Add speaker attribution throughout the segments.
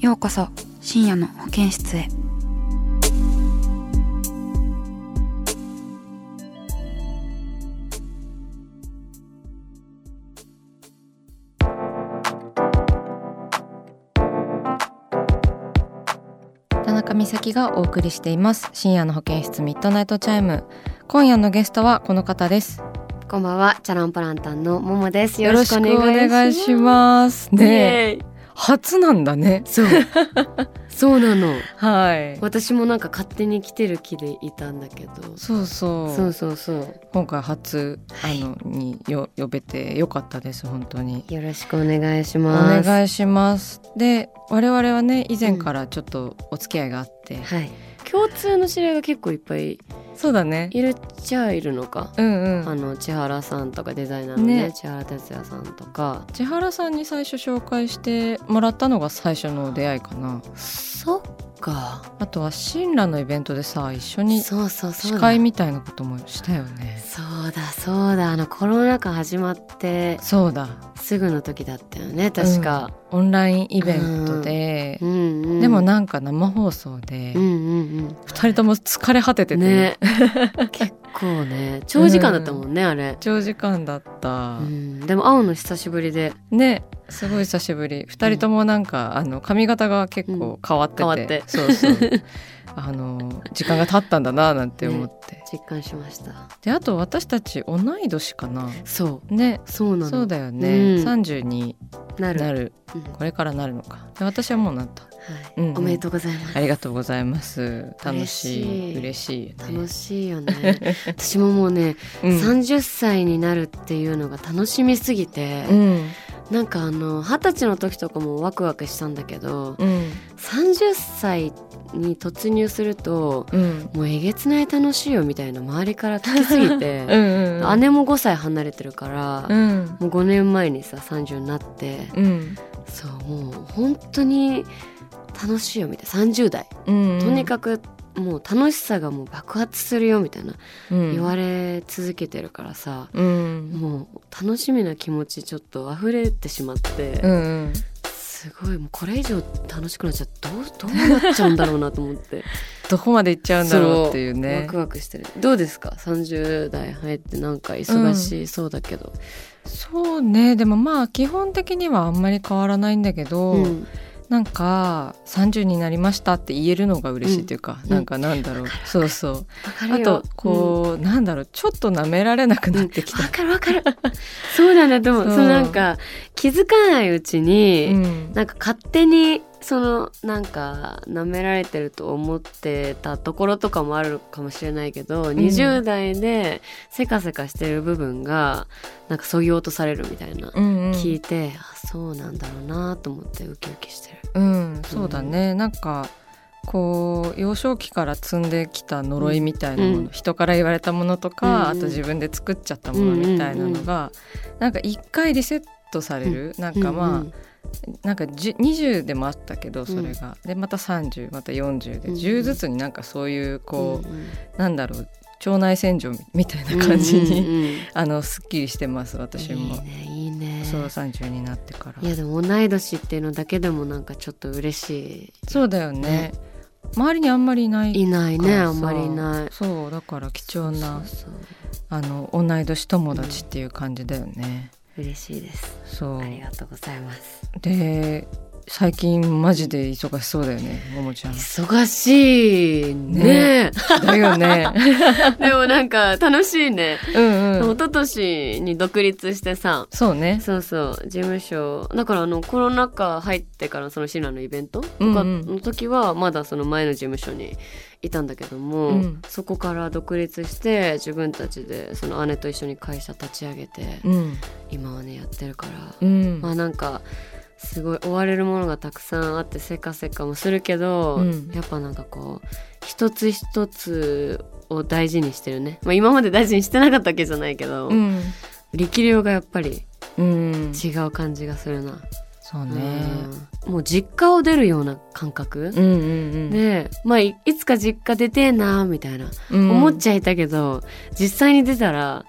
Speaker 1: ようこそ深夜の保健室へ
Speaker 2: 田中美咲がお送りしています深夜の保健室ミッドナイトチャイム今夜のゲストはこの方です
Speaker 3: こんばんは、チャランポランタンのももです。
Speaker 2: よ
Speaker 3: よ
Speaker 2: ろ
Speaker 3: ろ
Speaker 2: し
Speaker 3: し
Speaker 2: く
Speaker 3: く
Speaker 2: お
Speaker 3: お
Speaker 2: 願
Speaker 3: 願
Speaker 2: い
Speaker 3: い
Speaker 2: し
Speaker 3: しま
Speaker 2: ます
Speaker 3: す。
Speaker 2: ねえ
Speaker 3: え、
Speaker 2: 初なんだね
Speaker 3: そう。 そうなの。
Speaker 2: はい
Speaker 3: 私もなんか勝手に来てる気でいたんだけど。
Speaker 2: そうそう
Speaker 3: そうそうそう。
Speaker 2: 今回初あのによ呼べてよかったです本当に
Speaker 3: よろしくお願いし
Speaker 2: お
Speaker 3: ます。
Speaker 2: 願いしますで我々はね以前からちょっとお付き合いがあって、
Speaker 3: はい。共通の知り合いが結構いっぱい
Speaker 2: そうだね
Speaker 3: いるっちゃいるのか。
Speaker 2: うんう
Speaker 3: あ
Speaker 2: ん
Speaker 3: の千原さんとかデザイナーのね
Speaker 2: ね
Speaker 3: 千原哲也さんとか
Speaker 2: 千原さんに最初紹介してもらったのが最初の出会いかな
Speaker 3: そっか
Speaker 2: あとは新羅のイベントでさ一緒に
Speaker 3: そうそうそう
Speaker 2: 司
Speaker 3: だ
Speaker 2: 会みたいなこともしたよね
Speaker 3: そうだそうだあのコロナ禍始まって
Speaker 2: そうだ
Speaker 3: すぐの時だったよね確か、
Speaker 2: オンラインイベントで
Speaker 3: う、んうん、
Speaker 2: でもなんか生放送で
Speaker 3: うんうん
Speaker 2: 二人とも疲れ果て
Speaker 3: う
Speaker 2: て
Speaker 3: ん
Speaker 2: て、
Speaker 3: ね結構ね 長時間だったもんね、あれ、
Speaker 2: 長時間だった
Speaker 3: う、ん、でも青の久しぶりで
Speaker 2: ねすごい久しぶり二人ともなんか、あの髪型が結構変わってて,、
Speaker 3: うん変わって
Speaker 2: そうそう あの時間が経ったんだななんて思って、
Speaker 3: 実感しました
Speaker 2: であと私たち同い年かな
Speaker 3: そ
Speaker 2: ね
Speaker 3: うそうな
Speaker 2: そ
Speaker 3: の
Speaker 2: うだよね、
Speaker 3: うん
Speaker 2: 30に
Speaker 3: なる
Speaker 2: なる
Speaker 3: うんは
Speaker 2: これからなるのかで私はもうなった
Speaker 3: い
Speaker 2: うんうん
Speaker 3: おめでとうございます
Speaker 2: ありがとうございます楽しい嬉
Speaker 3: 嬉
Speaker 2: しいよね
Speaker 3: 楽しいよ ね私ももうね、30歳になるっていうのが楽しみすぎて、
Speaker 2: うん
Speaker 3: なんかあの二十歳の時とかもワクワクしたんだけど
Speaker 2: うん
Speaker 3: 30歳に突入すると
Speaker 2: うん
Speaker 3: もうえげつない楽しいよみたいな周りから聞きすぎ て、
Speaker 2: うんうんうん
Speaker 3: 姉も5歳離れてるから、
Speaker 2: うん
Speaker 3: もう5年前にさ30になって
Speaker 2: うん
Speaker 3: そうもう本当に楽しいよみたいな30代、
Speaker 2: うん
Speaker 3: とにかくもう楽しさがもう爆発するよみたいな
Speaker 2: く言
Speaker 3: 言わ
Speaker 2: れ
Speaker 3: れ続けてるからさ、
Speaker 2: うん
Speaker 3: もう楽しみな気持ちちょっと溢れてしまって、
Speaker 2: うん
Speaker 3: すごいもうこれ以上楽しくなっちゃったどうどうなっちゃうんだろうなと思 って、
Speaker 2: どこまで行っちゃうんだろうっていう
Speaker 3: ワ
Speaker 2: ね
Speaker 3: クワクしてるどうですか30代入ってなんか忙しそうだけど、
Speaker 2: そうねでもまあ基本的にはあんまり変わらないんだけど、
Speaker 3: うん
Speaker 2: なんか30になりましたって言えるのが嬉しいっていうか、
Speaker 3: うん
Speaker 2: なんかなんだろう、そうそう
Speaker 3: わか
Speaker 2: あ
Speaker 3: るよ
Speaker 2: とこう、なんだろうちょっと舐められなくなってきた、
Speaker 3: わかるわかる。 そうなんだ。でも、
Speaker 2: そう
Speaker 3: そのなんか、気づかないうちに、
Speaker 2: うん
Speaker 3: なんか勝手に、その、なんか、舐められてると思ってたところとかもあるかもしれないけど、20代で、せかせかしてる部分が、なんか、そぎ落とされるみたいな、
Speaker 2: うんうん
Speaker 3: 聞いて、あ、そうなんだろうなと思って、ウキウキしてる。
Speaker 2: うん、そうだね、なんかこう幼少期から積んできた呪いみたいなもの、
Speaker 3: うん
Speaker 2: 人から言われたものとか、
Speaker 3: うんう
Speaker 2: あ
Speaker 3: ん
Speaker 2: と自分で作っちゃったものみたいなのが、なんか一回リセットされる、なんかまあ、
Speaker 3: うん
Speaker 2: なんかじゅ20でもあったけどそれが、でまた30また40で
Speaker 3: うんうん
Speaker 2: 10ずつになんかそういうこう、
Speaker 3: うんうん
Speaker 2: なんだろう腸内洗浄みたいな感じに、
Speaker 3: うんうんうん
Speaker 2: あのすっきりしてます私も。
Speaker 3: いいね、いいね。
Speaker 2: そう30になってから
Speaker 3: いやでも同い年っていうのだけでもなんかちょっと嬉し
Speaker 2: そうだよね周りにあんまりいない
Speaker 3: いいない
Speaker 2: から
Speaker 3: ね
Speaker 2: さ
Speaker 3: あんまりいない
Speaker 2: そうだから貴重な
Speaker 3: そうそう
Speaker 2: あの同い年友達っていう感じだよね、
Speaker 3: 嬉しいです
Speaker 2: そ
Speaker 3: あり
Speaker 2: う
Speaker 3: がとうございます
Speaker 2: で最近マジで忙しそうだよねももちゃん
Speaker 3: 忙しいね。
Speaker 2: だよね
Speaker 3: でもなんか楽しいね。
Speaker 2: うんう
Speaker 3: 一
Speaker 2: ん
Speaker 3: 昨年に独立してさ、
Speaker 2: そうね
Speaker 3: そうそう事務所だからあのコロナ禍入ってからそのシナのイベントとか
Speaker 2: うんうん
Speaker 3: の時はまだその前の事務所にいたんだけども、
Speaker 2: うん
Speaker 3: そこから独立して自分たちでその姉と一緒に会社立ち上げて、
Speaker 2: うん
Speaker 3: 今はねやってるから、
Speaker 2: うん
Speaker 3: まあなんかすごい追われるものがたくさんあってせかせかもするけど、
Speaker 2: うん
Speaker 3: やっぱなんかこう一つ一つを大事にしてるね、まあ、今まで大事にしてなかったわけじゃないけど、
Speaker 2: うん
Speaker 3: 力量がやっぱり
Speaker 2: うん
Speaker 3: 違う感じがするな、
Speaker 2: そうね
Speaker 3: うんもう実家を出るような感覚、
Speaker 2: うんうんうん
Speaker 3: でまあいいつか実家出てえなみたいな、
Speaker 2: うん
Speaker 3: 思っちゃいたけど実際に出たら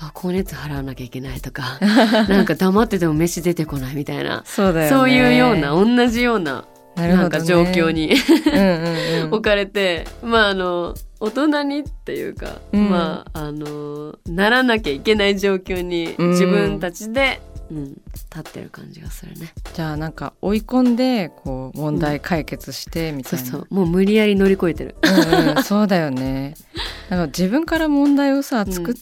Speaker 3: あ光熱払わなきゃいけない とかなんか黙ってても飯出てこないみたいな
Speaker 2: そうだよね
Speaker 3: そういうような同じような
Speaker 2: なる
Speaker 3: な
Speaker 2: ほ
Speaker 3: ん
Speaker 2: ど
Speaker 3: か
Speaker 2: ね
Speaker 3: 状況に
Speaker 2: うんうんうん
Speaker 3: 置かれて、まああの大人にっていうか、
Speaker 2: うん
Speaker 3: まああのならなきゃいけない状況に
Speaker 2: うん
Speaker 3: 自分たちで、うん、立ってる感じがするね。
Speaker 2: じゃあなんか追い込んでこう問題解決してみた
Speaker 3: そう
Speaker 2: いな、
Speaker 3: そうもう無理やり乗り越えてる。
Speaker 2: うん うんそうだよね。なんか自分から問題をさ
Speaker 3: うん
Speaker 2: 作っ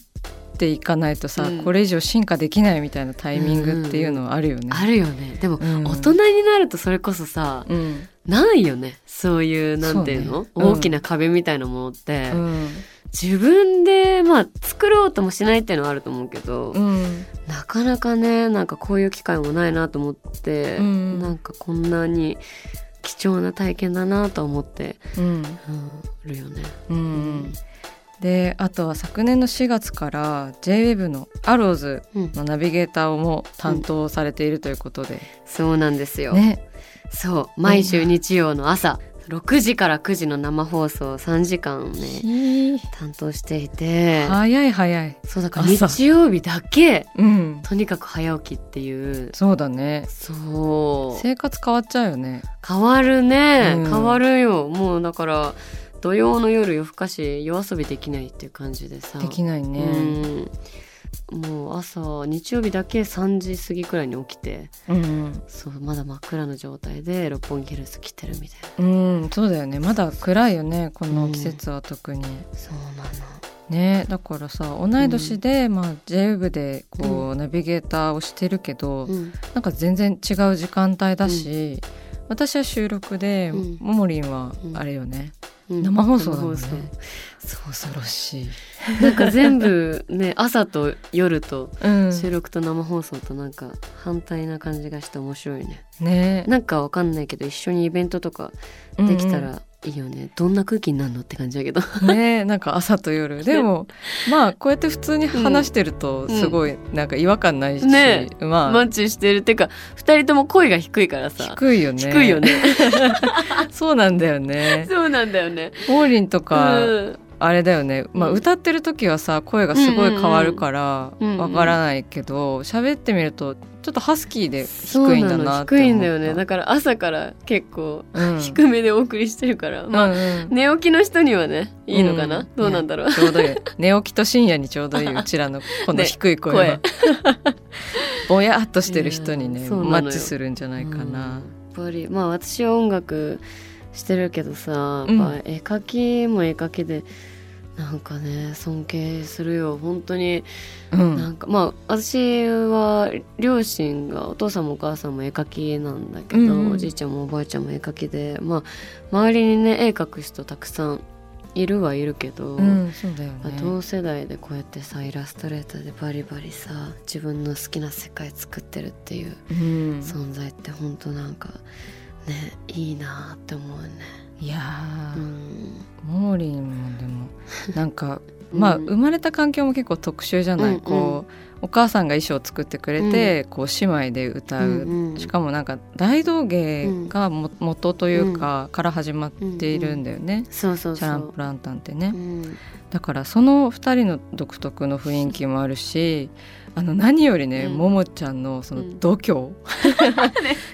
Speaker 2: ていかないとさ、
Speaker 3: うん
Speaker 2: これ以上進化できないみたいなタイミングっていうのはあるよね。
Speaker 3: あるよね。でも、
Speaker 2: うん
Speaker 3: 大人になるとそれこそさ、
Speaker 2: うん
Speaker 3: ないよね。そういう、なんていうの
Speaker 2: そうねうん
Speaker 3: 大きな壁みたいなものって、
Speaker 2: うん
Speaker 3: 自分で、まあ、作ろうともしないっていうのはあると思うけど、
Speaker 2: うん
Speaker 3: なかなかね、なんかこういう機会もないなと思って、
Speaker 2: うん
Speaker 3: なんかこんなに貴重な体験だなと思って、
Speaker 2: うん
Speaker 3: うん、るよね。
Speaker 2: うんうんであとは昨年の4月から JWEB のアローズ
Speaker 3: うん
Speaker 2: のナビゲーターをも担当されているということで、
Speaker 3: そうなんですよ。
Speaker 2: ね
Speaker 3: そう。毎週日曜の朝、6時から9時の生放送3時間をね、
Speaker 2: ひー
Speaker 3: 担当していて、
Speaker 2: 早い早い、
Speaker 3: そうだから
Speaker 2: 朝
Speaker 3: 日曜日だけ
Speaker 2: うん、
Speaker 3: とにかく早起きっていう
Speaker 2: そうだね
Speaker 3: そう
Speaker 2: 生活変わっちゃうよね
Speaker 3: 変わるね、
Speaker 2: うん
Speaker 3: 変わるよもうだから土曜の夜夜更かし夜遊びできないっていう感じでさ
Speaker 2: できないね、
Speaker 3: うんもう朝日曜日だけ3時過ぎくらいに起きて
Speaker 2: うん
Speaker 3: そうまだ真っ暗の状態で六本木ヒルズ来てるみたい
Speaker 2: うん、そうだよねまだ暗いよねこの季節は特に、
Speaker 3: なそうなの
Speaker 2: ねだからさ同い年で、まあ、j 部でこう、ナビゲーターをしてるけど、
Speaker 3: うん
Speaker 2: なんか全然違う時間帯だし、私は収録で、
Speaker 3: うん
Speaker 2: ももりんは
Speaker 3: うん
Speaker 2: あれよね、
Speaker 3: うん
Speaker 2: 生放送だもんね
Speaker 3: 生放送
Speaker 2: そう恐ろしい、
Speaker 3: なんか全部ね朝と夜と
Speaker 2: うん、
Speaker 3: 収録と生放送となんか反対な感じがして面白いね
Speaker 2: ね
Speaker 3: なんかわかんないけど一緒にイベントとかできた
Speaker 2: うん
Speaker 3: らいいよね、どんな空気になるのって感じだけど
Speaker 2: うんねなんか朝と夜でもまあこうやって普通に話してるとすごいなんか違和感ないし、
Speaker 3: ね
Speaker 2: まあ、
Speaker 3: マッチしてるっていうか二人とも声が低いからさ
Speaker 2: 低いよね
Speaker 3: 低いよね
Speaker 2: そうなんだよね
Speaker 3: そうなんだよね
Speaker 2: モーリンとか、
Speaker 3: うん
Speaker 2: あれだよね、まあ、
Speaker 3: うん
Speaker 2: 歌ってる時はさ声がすごい変わるから
Speaker 3: うんうんうん
Speaker 2: わからないけど喋ってみるとちょっとハスキーで
Speaker 3: そう
Speaker 2: 低いん
Speaker 3: な
Speaker 2: だ
Speaker 3: の
Speaker 2: なって思った
Speaker 3: 低いんだよねだから朝から結構
Speaker 2: うん
Speaker 3: 低めでお送りしてるから、まあ
Speaker 2: うんうん
Speaker 3: 寝起きの人にはねいいのかな、
Speaker 2: うん
Speaker 3: どうなんだろう、
Speaker 2: ねちょうどいい寝起きと深夜にちょうど いいうちらのこの低い声は、
Speaker 3: ね
Speaker 2: ぼやっとしてる人に
Speaker 3: い
Speaker 2: ね
Speaker 3: やそうなの
Speaker 2: マ
Speaker 3: よ
Speaker 2: ッチするんじゃないか
Speaker 3: うんや
Speaker 2: な
Speaker 3: っ。ぱりまあ私は音楽してるけどさ
Speaker 2: う
Speaker 3: や
Speaker 2: ん
Speaker 3: っぱ絵描きも絵描きでなんかね尊敬するよ本当に、
Speaker 2: うん
Speaker 3: なんかまあ私は両親がお父さんもお母さんも絵描きなんだけど、
Speaker 2: うんうん
Speaker 3: おじいちゃんもおばあちゃんも絵描きでまあ周りにね絵描く人たくさんいるはいるけど、
Speaker 2: うんそうだよ
Speaker 3: まあ
Speaker 2: ね
Speaker 3: 同世代でこうやってさイラストレーターでバリバリさ自分の好きな世界作ってるっていう
Speaker 2: うん
Speaker 3: 存在って本当なんかねいいなって思うね。
Speaker 2: いや
Speaker 3: う
Speaker 2: ー、
Speaker 3: ん
Speaker 2: モーリンもでもなんかまあ、
Speaker 3: うん
Speaker 2: 生まれた環境も結構特殊じゃない、
Speaker 3: うん
Speaker 2: こうお母さんが衣装を作ってくれて、こう姉妹で歌う、
Speaker 3: うんうん
Speaker 2: しかもなんか大道芸がも、元というか、から始まっているんだよね、
Speaker 3: そうそう
Speaker 2: チ
Speaker 3: そ
Speaker 2: ャ
Speaker 3: う。
Speaker 2: ランプランタンってね、
Speaker 3: うん
Speaker 2: だからその2人の独特の雰囲気もあるしあの何よりね、
Speaker 3: うん
Speaker 2: ももちゃんのそうの
Speaker 3: ん
Speaker 2: 度胸、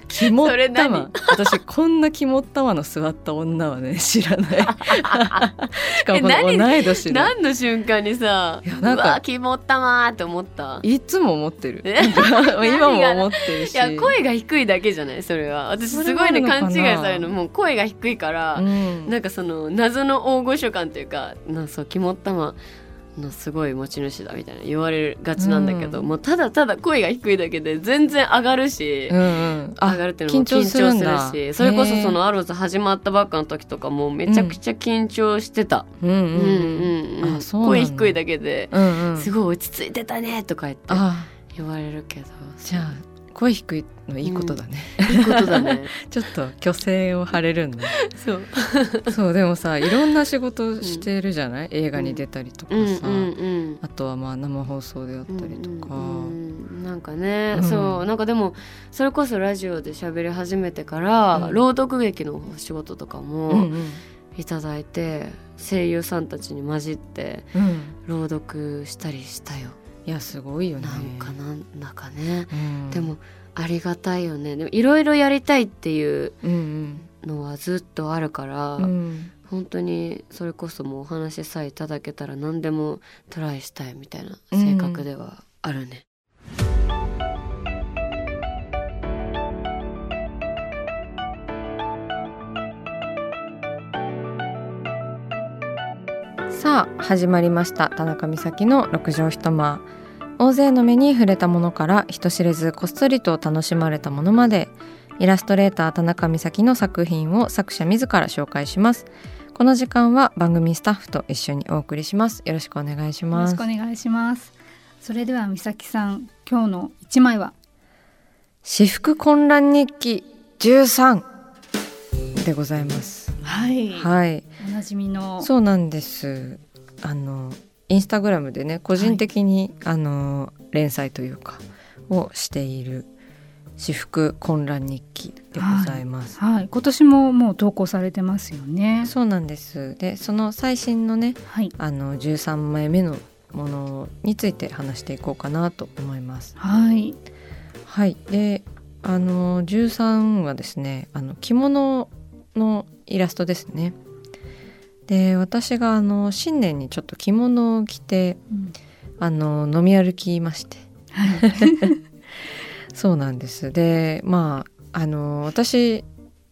Speaker 2: 肝っ
Speaker 3: それ
Speaker 2: 玉
Speaker 3: 何
Speaker 2: 私こんな肝っ玉の座った女はね知ら ないしかもこの
Speaker 3: え何
Speaker 2: 同い年で
Speaker 3: 何の瞬間にさ「
Speaker 2: いや
Speaker 3: う
Speaker 2: なんか
Speaker 3: わ肝ったま」って思ったさ
Speaker 2: いつも思ってる
Speaker 3: え
Speaker 2: 今も思ってるし
Speaker 3: いや声が低いだけじゃないそれは私
Speaker 2: そ
Speaker 3: す
Speaker 2: れ
Speaker 3: ご
Speaker 2: もあ
Speaker 3: い
Speaker 2: る
Speaker 3: ね
Speaker 2: のかな
Speaker 3: 勘違いされるのもう声が低いから、
Speaker 2: うん
Speaker 3: なんかその謎の大御所感というかなそう肝っ玉のすごい持ち主だみたいな言われがちなんだけど、
Speaker 2: う
Speaker 3: もうただただ声が低いだけで全然上がるし、
Speaker 2: うんうんあ
Speaker 3: 上がるっていうのも
Speaker 2: 緊張
Speaker 3: 緊
Speaker 2: するん
Speaker 3: 張
Speaker 2: だ
Speaker 3: するしそれこそそ
Speaker 2: へ
Speaker 3: のアローズ始まったばっかの時とかもうめちゃくちゃ緊張してた、
Speaker 2: うんうん
Speaker 3: うんうんうん
Speaker 2: あそうなんだ
Speaker 3: 声低いだけで、
Speaker 2: うんうん
Speaker 3: すごい落ち着いてたねとか言って
Speaker 2: あ
Speaker 3: 言われるけど
Speaker 2: じゃあ声低いのいいことだね、
Speaker 3: いいことだ ね
Speaker 2: ちょっと虚勢を張れるんだ
Speaker 3: そう
Speaker 2: そうでも さいろんな仕事してるじゃない、映画に出たりとか
Speaker 3: うんうん
Speaker 2: さ、
Speaker 3: うん
Speaker 2: あとはまあ生放送であったりとか、
Speaker 3: うんうんうんなんかね、
Speaker 2: うん
Speaker 3: そうなんかでもそれこそラジオで喋り始めてから、
Speaker 2: うん
Speaker 3: 朗読劇のお仕事とか
Speaker 2: うんう
Speaker 3: も
Speaker 2: ん
Speaker 3: いただいて、声優さんたちに混じって
Speaker 2: うん
Speaker 3: 朗読したりしたよ
Speaker 2: いやすごいよね
Speaker 3: なんかなんだかね、
Speaker 2: うん
Speaker 3: でもありがたいよねでもいろいろやりたいっていう
Speaker 2: うん
Speaker 3: のはずっとあるから、
Speaker 2: うんうん
Speaker 3: 本当にそれこそもうお話さえいただけたら何でもトライしたいみたいな性格ではあるね。
Speaker 2: さあ始まりました田中美咲の六畳一間大勢の目に触れたものから人知れずこっそりと楽しまれたものまでイラストレーター田中美咲の作品を作者自ら紹介しますこの時間は番組スタッフと一緒にお送りしますよろしくお願いし
Speaker 4: よろ
Speaker 2: ま
Speaker 4: し
Speaker 2: す
Speaker 4: くお願いします。それでは美咲さん、今日の一枚は
Speaker 2: 私服混乱日記13でございます
Speaker 4: はい
Speaker 2: はい
Speaker 4: おなじみの
Speaker 2: そうなんですあのインスタグラムでね個人的に、あの連載というかをしている私服混乱日記でございます、
Speaker 4: はい今年ももう投稿されてますよね。
Speaker 2: そうなんですでその最新のね
Speaker 4: はい
Speaker 2: あの13枚目のものについて話していこうかなと思います
Speaker 4: はい
Speaker 2: はいであの13はですねあの着物のイラストですねで私があの新年にちょっと着物を着て
Speaker 4: うん
Speaker 2: あの飲み歩きまして
Speaker 4: はい
Speaker 2: そうなんですでまああの私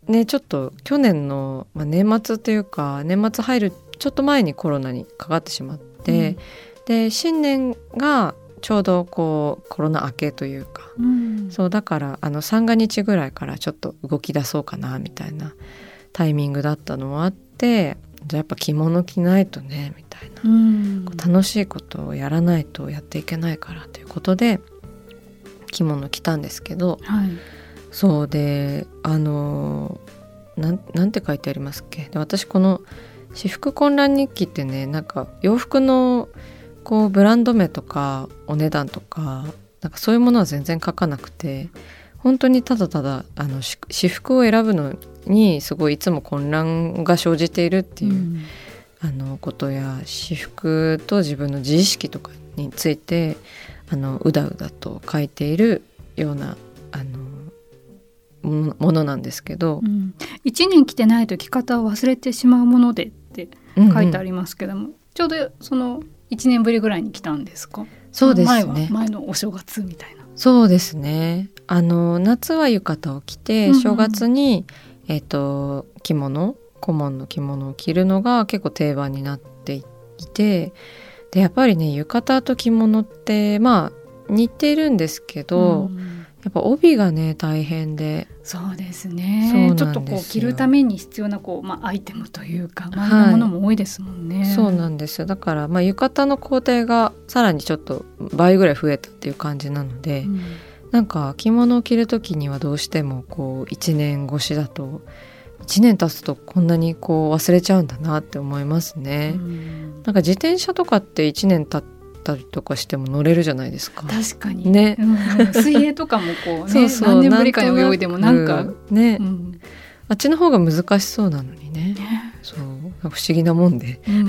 Speaker 2: ねちょっと去年の、まあ、年末というか年末入るちょっと前にコロナにかかってしまって、で新年がちょうどこうコロナ明けというか
Speaker 4: うん
Speaker 2: そうだからあの三が日ぐらいからちょっと動き出そうかなみたいなタイミングだったのもあってじゃあやっぱ着物着ないとねみたいな
Speaker 4: うん
Speaker 2: 楽しいことをやらないとやっていけないからということで着物着たんですけど
Speaker 4: はい
Speaker 2: そうであのなんなんて書いてありますっけで私この「私服混乱日記」ってねなんか洋服のこうブランド名とかお値段とかなんかそういうものは全然書かなくて本当にただただあのし私服を選ぶのにすごいいつも混乱が生じているっていう。
Speaker 4: ん
Speaker 2: あのことや私服と自分の自意識とかについてあのうだうだと書いているようなあのものものなんですけど
Speaker 4: う、ん一年着てないと着方を忘れてしまうものでって書いてあ
Speaker 2: り
Speaker 4: りますけども、ちょうどその一年ぶりぐらいに来たんですか。
Speaker 2: そうです
Speaker 4: 前は
Speaker 2: ね
Speaker 4: 前のお正月みたいな。
Speaker 2: そうですねあの夏は浴衣を着て、
Speaker 4: うんうん
Speaker 2: 正月に、えっと着物顧問の着物を着るのが結構定番になっていてでやっぱりね浴衣と着物ってまあ似てるんですけど、
Speaker 4: うん
Speaker 2: やっぱ帯がね大変で
Speaker 4: そうで
Speaker 2: そ
Speaker 4: す
Speaker 2: うなんです
Speaker 4: ねち
Speaker 2: よ
Speaker 4: ょっとこう着るために必要なこう、まあ、アイテムというか周りのものも多いですもんね。
Speaker 2: そうなんですよだから、まあ、浴衣の工程がさらにちょっと倍ぐらい増えたっていう感じなので、
Speaker 4: うん
Speaker 2: なんか着物を着る時にはどうしてもこう1年越しだと1年経つとこんなにこう忘れちゃうんだなって思いますね。
Speaker 4: うん
Speaker 2: なんか自転車とかって1年経ったりとかしても乗れるじゃないですか。
Speaker 4: 確かに、
Speaker 2: ね
Speaker 4: うんうん水泳とかもこうね
Speaker 2: そうそう
Speaker 4: 何年ぶりかに泳いでもなん
Speaker 2: な
Speaker 4: か
Speaker 2: んとなくね、
Speaker 4: うん
Speaker 2: あっちの方が難しそうなのにねそうなんか不思議なもんで
Speaker 4: うん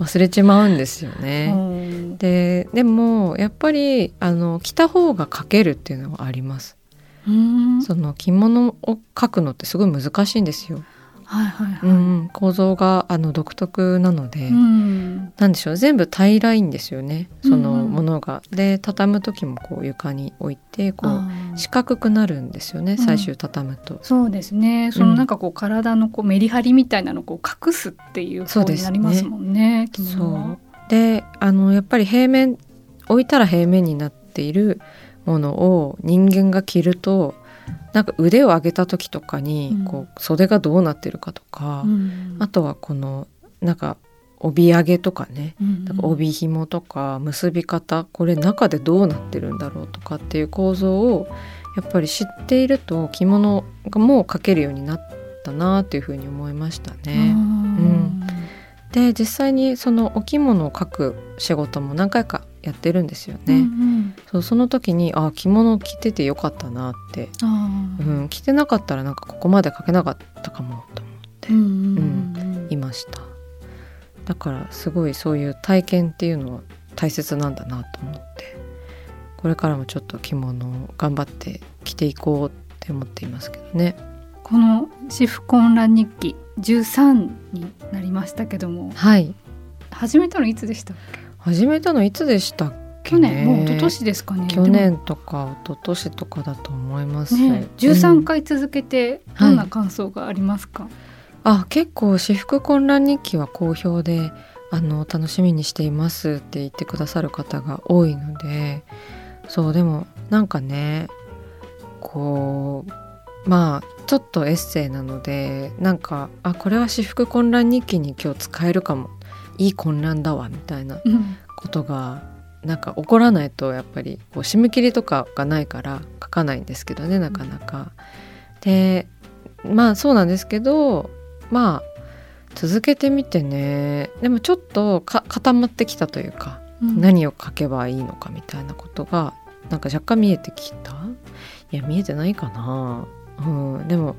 Speaker 2: 忘れちまうんですよね。 ででもやっぱりあの着た方が描けるっていうのはあります
Speaker 4: うん
Speaker 2: その着物を描くのってすごい難しいんですよ
Speaker 4: はいはいは
Speaker 2: う
Speaker 4: い。
Speaker 2: んうん、構造があの独特なので、
Speaker 4: うん
Speaker 2: なんでしょう全部平らいんですよねその
Speaker 4: うんうん
Speaker 2: ものが。で畳む時もこう床に置いてこう
Speaker 4: あー
Speaker 2: 四角くなるんですよね
Speaker 4: うん
Speaker 2: 最終畳むと。
Speaker 4: そうですね。そのなんかこう体のこうメリハリみたいなのをこう隠すっていう
Speaker 2: そ
Speaker 4: 方
Speaker 2: うで
Speaker 4: に
Speaker 2: す
Speaker 4: な
Speaker 2: ね
Speaker 4: りますもんね。着物
Speaker 2: そ
Speaker 4: は
Speaker 2: うであのやっぱり平面置いたら平面になっているものを人間が着るとなんか腕を上げた時とかに
Speaker 4: うん
Speaker 2: こう袖がどうなってるかとか、
Speaker 4: うん
Speaker 2: あとはこのなんか帯揚げとかね
Speaker 4: うん
Speaker 2: なんか帯紐とか結び方これ中でどうなってるんだろうとかっていう構造をやっぱり知っていると着物がもう描けるようになったなっていうふうに思いました
Speaker 4: あ
Speaker 2: ね。
Speaker 4: ー
Speaker 2: で実際にそのお着物を描く仕事も何回かやってるんですよね。
Speaker 4: うん
Speaker 2: そうその時にあ着物着ててよかったなって、
Speaker 4: うんあ
Speaker 2: う
Speaker 4: ー
Speaker 2: ん、着てなかったらなんかここまで描けなかったかもと
Speaker 4: うんうんうん
Speaker 2: いましただからすごいそういう体験っていうのは大切なんだなと思ってこれからもちょっと着物を頑張って着ていこうって思っていますけどね
Speaker 4: この「私服混乱日記」13になりましたけども
Speaker 2: はい
Speaker 4: 始めたのいつでした
Speaker 2: 始めたのいつでしたっけ
Speaker 4: 去
Speaker 2: ね
Speaker 4: 年、もう一昨年ですかね
Speaker 2: 去
Speaker 4: でも
Speaker 2: 年とか一昨年とかだと思います、
Speaker 4: ね
Speaker 2: うん
Speaker 4: 13回続けてどんな感想がありますか、
Speaker 2: あ結構「私服混乱日記」は好評であの楽しみにしていますって言ってくださる方が多いのでそうでもなんかねこうまあちょっとエッセイなのでなんかあこれは私服混乱日記に今日使えるかもいい混乱だわみたいな
Speaker 4: うん
Speaker 2: ことがなんか起こらないとやっぱりこう締め切りとかがないから書かないんですけどねなかなか。でまあそうなんですけどまあ続けてみてねでもちょっとか固まってきたというか、何を書けばいいのかみたいなことがなんか若干見えてきたいや見えてないかな、うん、でも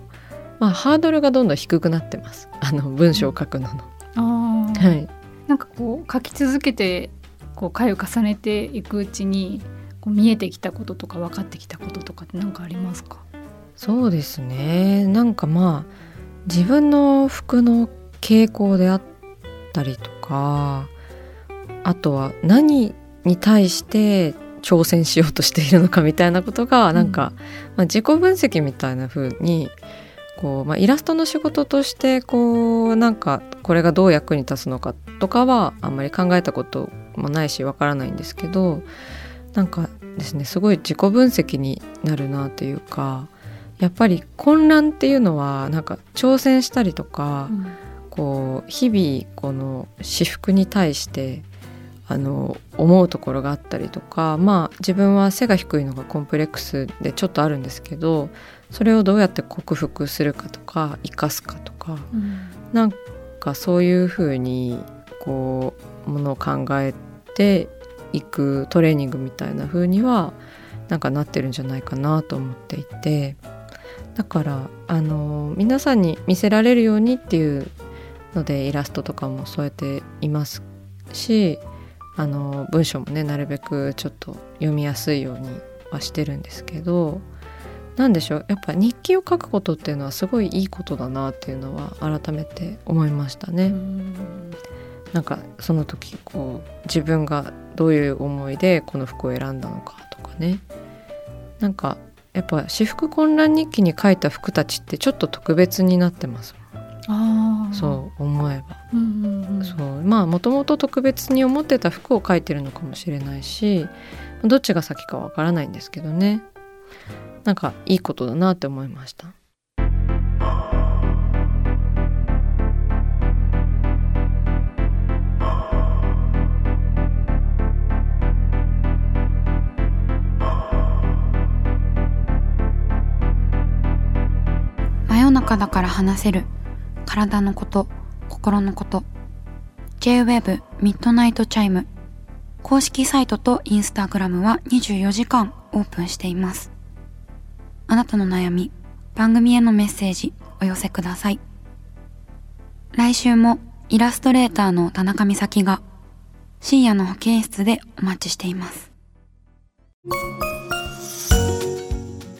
Speaker 2: まあハードルがどんどん低くなってますあの文章を書くのの。
Speaker 4: あー
Speaker 2: はい
Speaker 4: なんかこう書き続けてこう回を重ねていくうちにこう見えてきたこととか分かってきたこととかって何かありますか、
Speaker 2: そうですねなんかまあ自分の服の傾向であったりとかあとは何に対して挑戦しようとしているのかみたいなことがなんか、まあ、自己分析みたいな風にこう、まあ、イラストの仕事としてこうなんかこれがどう役に立つのかとかはあんまり考えたこともないしわからないんですけどなんかですねすごい自己分析になるなというかやっぱり混乱っていうのはなんか挑戦したりとか、こう日々この私服に対してあの思うところがあったりとかまあ自分は背が低いのがコンプレックスでちょっとあるんですけどそれをどうやって克服するかとか生かすかとかなんかそういうふうにこうものを考えていくトレーニングみたいな風にはなんかなってるんじゃないかなと思っていてだからあの皆さんに見せられるようにっていうのでイラストとかも添えていますしあの文章もねなるべくちょっと読みやすいようにはしてるんですけどなんでしょうやっぱ日記を書くことっていうのはすごいいいことだなっていうのは改めて思いましたね。なんかその時こう自分がどういう思いでこの服を選んだのかとかねなんかやっぱ私服混乱日記に書いた服たちってちょっと特別になってます
Speaker 4: ああ
Speaker 2: そう思えば、
Speaker 4: う,、うんうんうん、
Speaker 2: そうまあもともと特別に思ってた服を書いてるのかもしれないしどっちが先かわからないんですけどねなんかいいことだなって思いました
Speaker 1: 真夜中だから話せる体のこと心のこと JWEB ミッドナイトチャイム公式サイトとインスタグラムは24時間オープンしていますあなたの悩み番組へのメッセージお寄せください来週もイラストレーターの田中美咲が深夜の保健室でお待ちしています